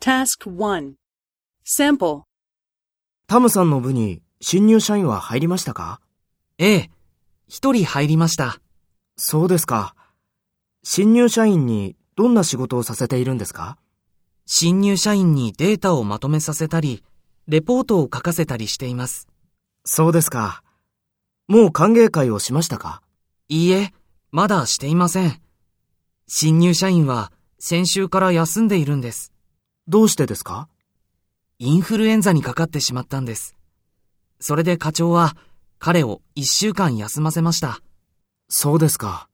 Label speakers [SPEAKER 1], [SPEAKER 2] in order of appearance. [SPEAKER 1] Task 1 Sample
[SPEAKER 2] タムさんの部に新入社員は入りましたか
[SPEAKER 3] ええ、一人入りました。
[SPEAKER 2] そうですか。新入社員にどんな仕事をさせているんですか
[SPEAKER 3] 新入社員にデータをまとめさせたり、レポートを書かせたりしています。
[SPEAKER 2] そうですか。もう歓迎会をしましたか
[SPEAKER 3] いいえ、まだしていません。新入社員は先週から休んでいるんです。
[SPEAKER 2] どうしてですか
[SPEAKER 3] インフルエンザにかかってしまったんです。それで課長は彼を一週間休ませました。
[SPEAKER 2] そうですか。